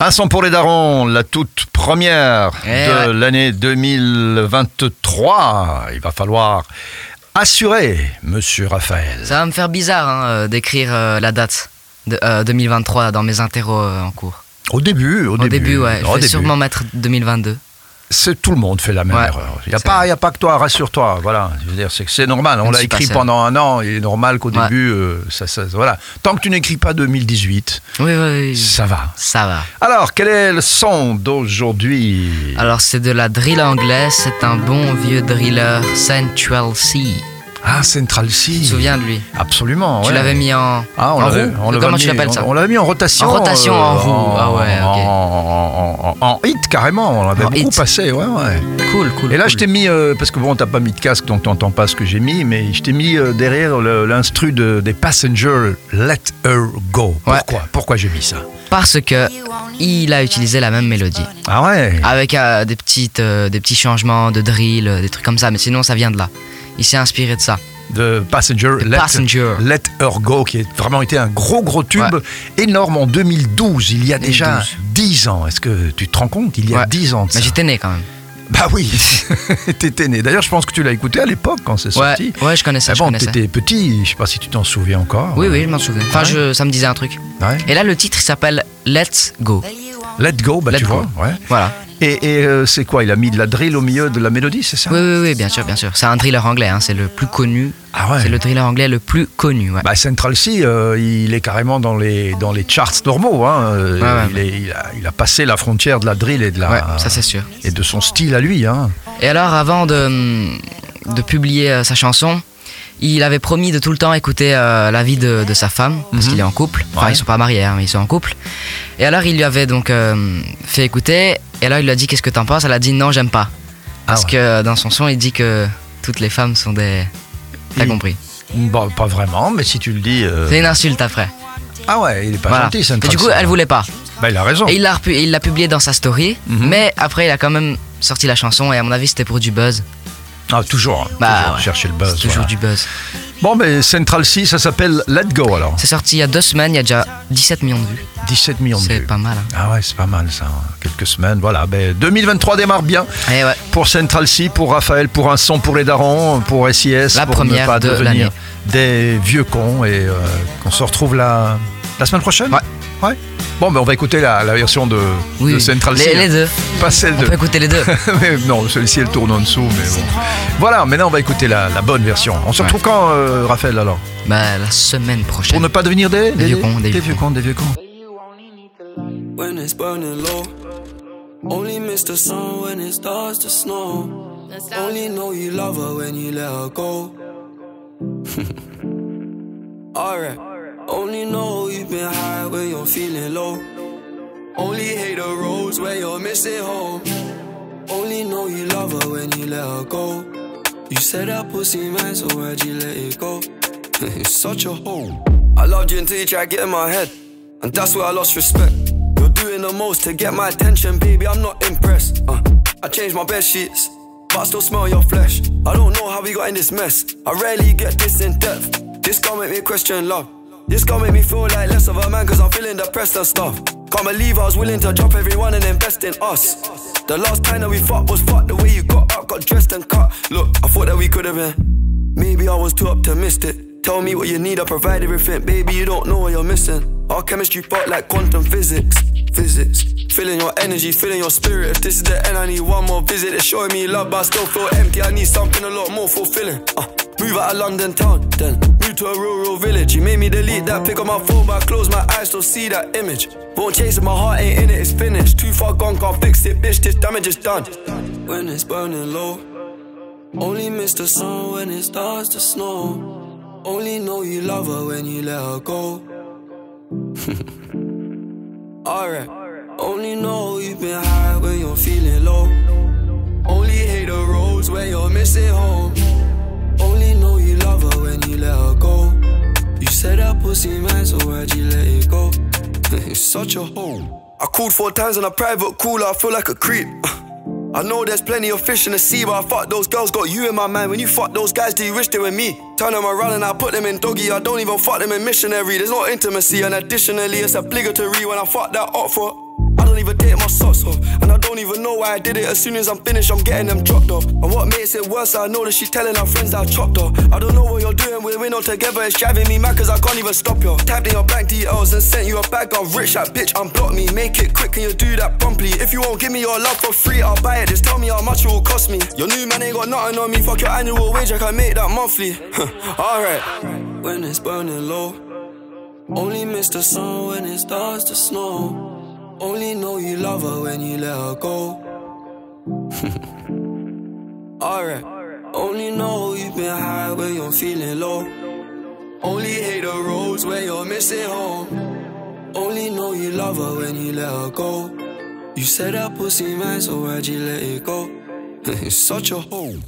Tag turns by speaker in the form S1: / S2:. S1: Un son pour les darons, la toute première
S2: Eh
S1: de l'année 2023. Il va falloir assurer, monsieur Raphaël.
S2: Ça va me faire bizarre hein, euh, d'écrire euh, la date de euh, 2023 dans mes interros euh, en cours.
S1: Au début, au,
S2: Au début, ouais.
S1: au
S2: je vais
S1: début.
S2: sûrement mettre 2022.
S1: C'est tout le monde fait la même
S2: Ouais,
S1: erreur. Il n'y a
S2: c'est
S1: pas,
S2: vrai.
S1: il y a pas que toi. Rassure-toi. Voilà. Je veux dire, c'est que c'est normal.
S2: Je
S1: On
S2: ne
S1: l'a
S2: suis pas
S1: écrit
S2: seul.
S1: pendant un an. Il est normal qu'au
S2: Ouais.
S1: début, euh, ça, ça- voilà. Tant que tu n'écris pas 2018,
S2: Oui, oui, oui.
S1: ça va.
S2: Ça va.
S1: Alors, quel est le son d'aujourd'hui
S2: Alors, c'est de la drill anglaise. C'est un bon vieux driller Central C.
S1: Ah, Central
S2: Tu
S1: C.
S2: te souviens de lui
S1: Absolument.
S2: Tu
S1: ouais.
S2: l'avais mis en.
S1: Ah, on
S2: en
S1: l'avait,
S2: roue
S1: on l'avait
S2: Comment tu
S1: mis-
S2: l'appelles ça
S1: on- On l'avait mis en rotation. euh,
S2: En rotation, en roue. Ah ouais, ok.
S1: en- en- en- en hit carrément. On l'avait
S2: En
S1: beaucoup
S2: hit.
S1: passé. Ouais, ouais.
S2: Cool, cool.
S1: Et là,
S2: cool.
S1: je t'ai mis, euh, parce que bon, t'as pas mis de casque, donc t'entends pas ce que j'ai mis, mais je t'ai mis euh, derrière le- l'instru de, des Passengers Let Her Go.
S2: Ouais.
S1: Pourquoi Pourquoi j'ai mis ça
S2: Parce que il a utilisé la même mélodie.
S1: Ah ouais
S2: Avec euh, des, petites, euh, des petits changements de drill, euh, des trucs comme ça. Mais sinon, ça vient de là. Il s'est inspiré de ça.
S1: De Passenger
S2: The
S1: Let,
S2: Passenger.
S1: Let Her Go, qui a vraiment été un gros, gros tube, énorme en 2012, il y a déjà
S2: 2012.
S1: 10 ans. Est-ce que tu te rends compte Il y a
S2: Ouais.
S1: 10 ans de ça.
S2: Mais j'étais né quand même.
S1: Bah oui, t'étais né. D'ailleurs, je pense que tu l'as écouté à l'époque quand c'est
S2: Ouais,
S1: sorti.
S2: ouais, je connaissais,
S1: Ah
S2: je
S1: bon,
S2: connaissais.
S1: t'étais petit, je sais pas si tu t'en souviens encore.
S2: Oui, oui, je m'en souviens. Enfin,
S1: Ah Ouais.
S2: je, ça me disait un truc.
S1: Ouais.
S2: Et là, le titre, il s'appelle Let's Go.
S1: Let Go, bah
S2: Let
S1: tu
S2: Go.
S1: vois, ouais.
S2: Voilà.
S1: Et, et, euh, c'est quoi Il a mis de la drill au milieu de la mélodie, c'est ça
S2: Oui, oui, oui, bien sûr, bien sûr. C'est un thriller anglais, hein, c'est le plus connu.
S1: Ah ouais.
S2: C'est le thriller anglais le plus connu, ouais.
S1: Bah, Central C, euh, il est carrément dans les, dans les charts normaux. hein, euh,
S2: Ouais, ouais.
S1: il, est- il a, il a passé la frontière de la drill et de, la,
S2: Ouais, ça c'est sûr.
S1: et de son style à lui. Hein.
S2: Et alors, avant de, hum, de publier euh, sa chanson, il avait promis de tout le temps écouter euh, la vie de, de sa femme, parce
S1: Mhm.
S2: qu'il est en couple. Enfin,
S1: Ouais.
S2: ils sont pas mariés, hein, mais ils sont en couple. Et alors, il lui avait donc euh, fait écouter, et alors il lui a dit Qu'est-ce que t'en penses Elle a dit Non, j'aime pas. Parce
S1: Ah ouais.
S2: que euh, dans son son, il dit que toutes les femmes sont des. T'as
S1: Il-
S2: compris
S1: Bon, Bah, pas vraiment, mais si tu le dis. euh,
S2: C'est une insulte après.
S1: Ah ouais, il est pas
S2: Voilà.
S1: gentil,
S2: Et
S1: Central
S2: du coup,
S1: C.
S2: elle voulait pas.
S1: Bah, il a raison.
S2: Et il l'a repu- il l'a publié dans sa story,
S1: Mhm.
S2: mais après, il a quand même sorti la chanson, et à mon avis, c'était pour du buzz.
S1: Ah, toujours, hein,
S2: Bah,
S1: toujours
S2: ouais.
S1: chercher le
S2: C'est
S1: buzz.
S2: toujours
S1: voilà.
S2: du buzz.
S1: Bon, mais Central C, ça s'appelle Let Go alors.
S2: C'est sorti il y a deux semaines, il y a déjà 17 millions de vues.
S1: 17 millions de
S2: C'est
S1: vues.
S2: pas mal. hein.
S1: Ah ouais, c'est pas mal ça. hein. Quelques semaines, voilà. Ben, 2023 démarre bien.
S2: Eh ouais.
S1: pour Central C, pour Raphaël, pour un son pour les darons, pour SIS,
S2: La
S1: pour ne
S2: première
S1: pas
S2: de
S1: devenir
S2: l'année.
S1: des vieux cons et euh, qu'on se retrouve la, la semaine prochaine.
S2: Ouais.
S1: Ouais. Bon, ben on va écouter la, la version de,
S2: Oui,
S1: de
S2: oui.
S1: Central
S2: les,
S1: C.
S2: les
S1: hein.
S2: deux.
S1: Pas celle
S2: On
S1: de.
S2: peut écouter les deux.
S1: Mais non, celle-ci elle tourne en dessous, mais bon. Voilà, maintenant on va écouter la, la bonne version. On se
S2: Ouais.
S1: retrouve quand, euh, Raphaël, alors
S2: bah, la semaine prochaine.
S1: Pour ne pas devenir des,
S2: vieux cons, des vieux
S1: vieux
S2: cons.
S1: cons, des vieux cons.
S3: when it's burning low. Only miss the sun when it starts to snow. Only know you love her when you let her go. Alright. Only know you've been high when you're feeling low. Only hate the roads where you're missing home. Only know you love her when you let her go. You said that pussy man, so why'd you let it go? You're such a hoe. I loved you until you tried to get in my head, and that's where I lost respect. You're doing the most to get my attention, baby. I'm not impressed. Uh, I changed my bed sheets, but I still smell your flesh. I don't know how we got in this mess. I rarely get this in depth. This gon' make me question love. This gon' make me feel like less of a man, cause I'm feeling depressed and stuff. Can't believe I was willing to drop everyone and invest in us. The last time that we fought was fucked. The way you got up, got dressed and cut. Look, I thought that we could have been. Maybe I was too optimistic. Tell me what you need, I provide everything. Baby, you don't know what you're missing. Our chemistry fought like quantum physics. Physics. Feeling your energy, feeling your spirit. If this is the end, I need one more visit. They're showing me love, but I still feel empty. I need something a lot more fulfilling. Uh, move out of London town, then move to a rural village. You made me delete that pick up my phone, but I close my eyes, still see that image. Won't chase it, my heart ain't in it, it's finished. Too far gone, can't fix it, bitch. This damage is done. When it's burning low, only miss the sun when it starts to snow. Only know you love her when you let her go. Alright. Only know you've been high when you're feeling low. Only hate the roads when you're missing home. Only know you love her when you let her go. You said that pussy man, so why'd you let it go? it's such a hole. I called four times on a private call, I feel like a creep. I know there's plenty of fish in the sea, but I fuck those girls, got you in my mind. When you fuck those guys, do you wish they were me? Turn them around and I put them in doggy. I don't even fuck them in missionary. There's no intimacy, and additionally, it's obligatory when I fuck that up for. I don't don't even take my socks off. And I don't even know why I did it. As soon as I'm finished, I'm getting them dropped off. And what makes it worse, I know that she's telling her friends that I chopped her. I don't know what you're doing, we're in all together. It's driving me mad cause I can't even stop you. Tapped in your bank details and sent you a bag of rich. That bitch unblock me. Make it quick, can you do that promptly? If you won't give me your love for free, I'll buy it. Just tell me how much it will cost me. Your new man ain't got nothing on me. Fuck your annual wage, I can make that monthly. Alright. When it's burning low. Only miss the sun when it starts to snow. Only know you love her when you let her go. Alright. Only know you've been high when you're feeling low. Only hate the roads when you're missing home. Only know you love her when you let her go. You said that pussy man, so why'd you let it go? It's such a hole.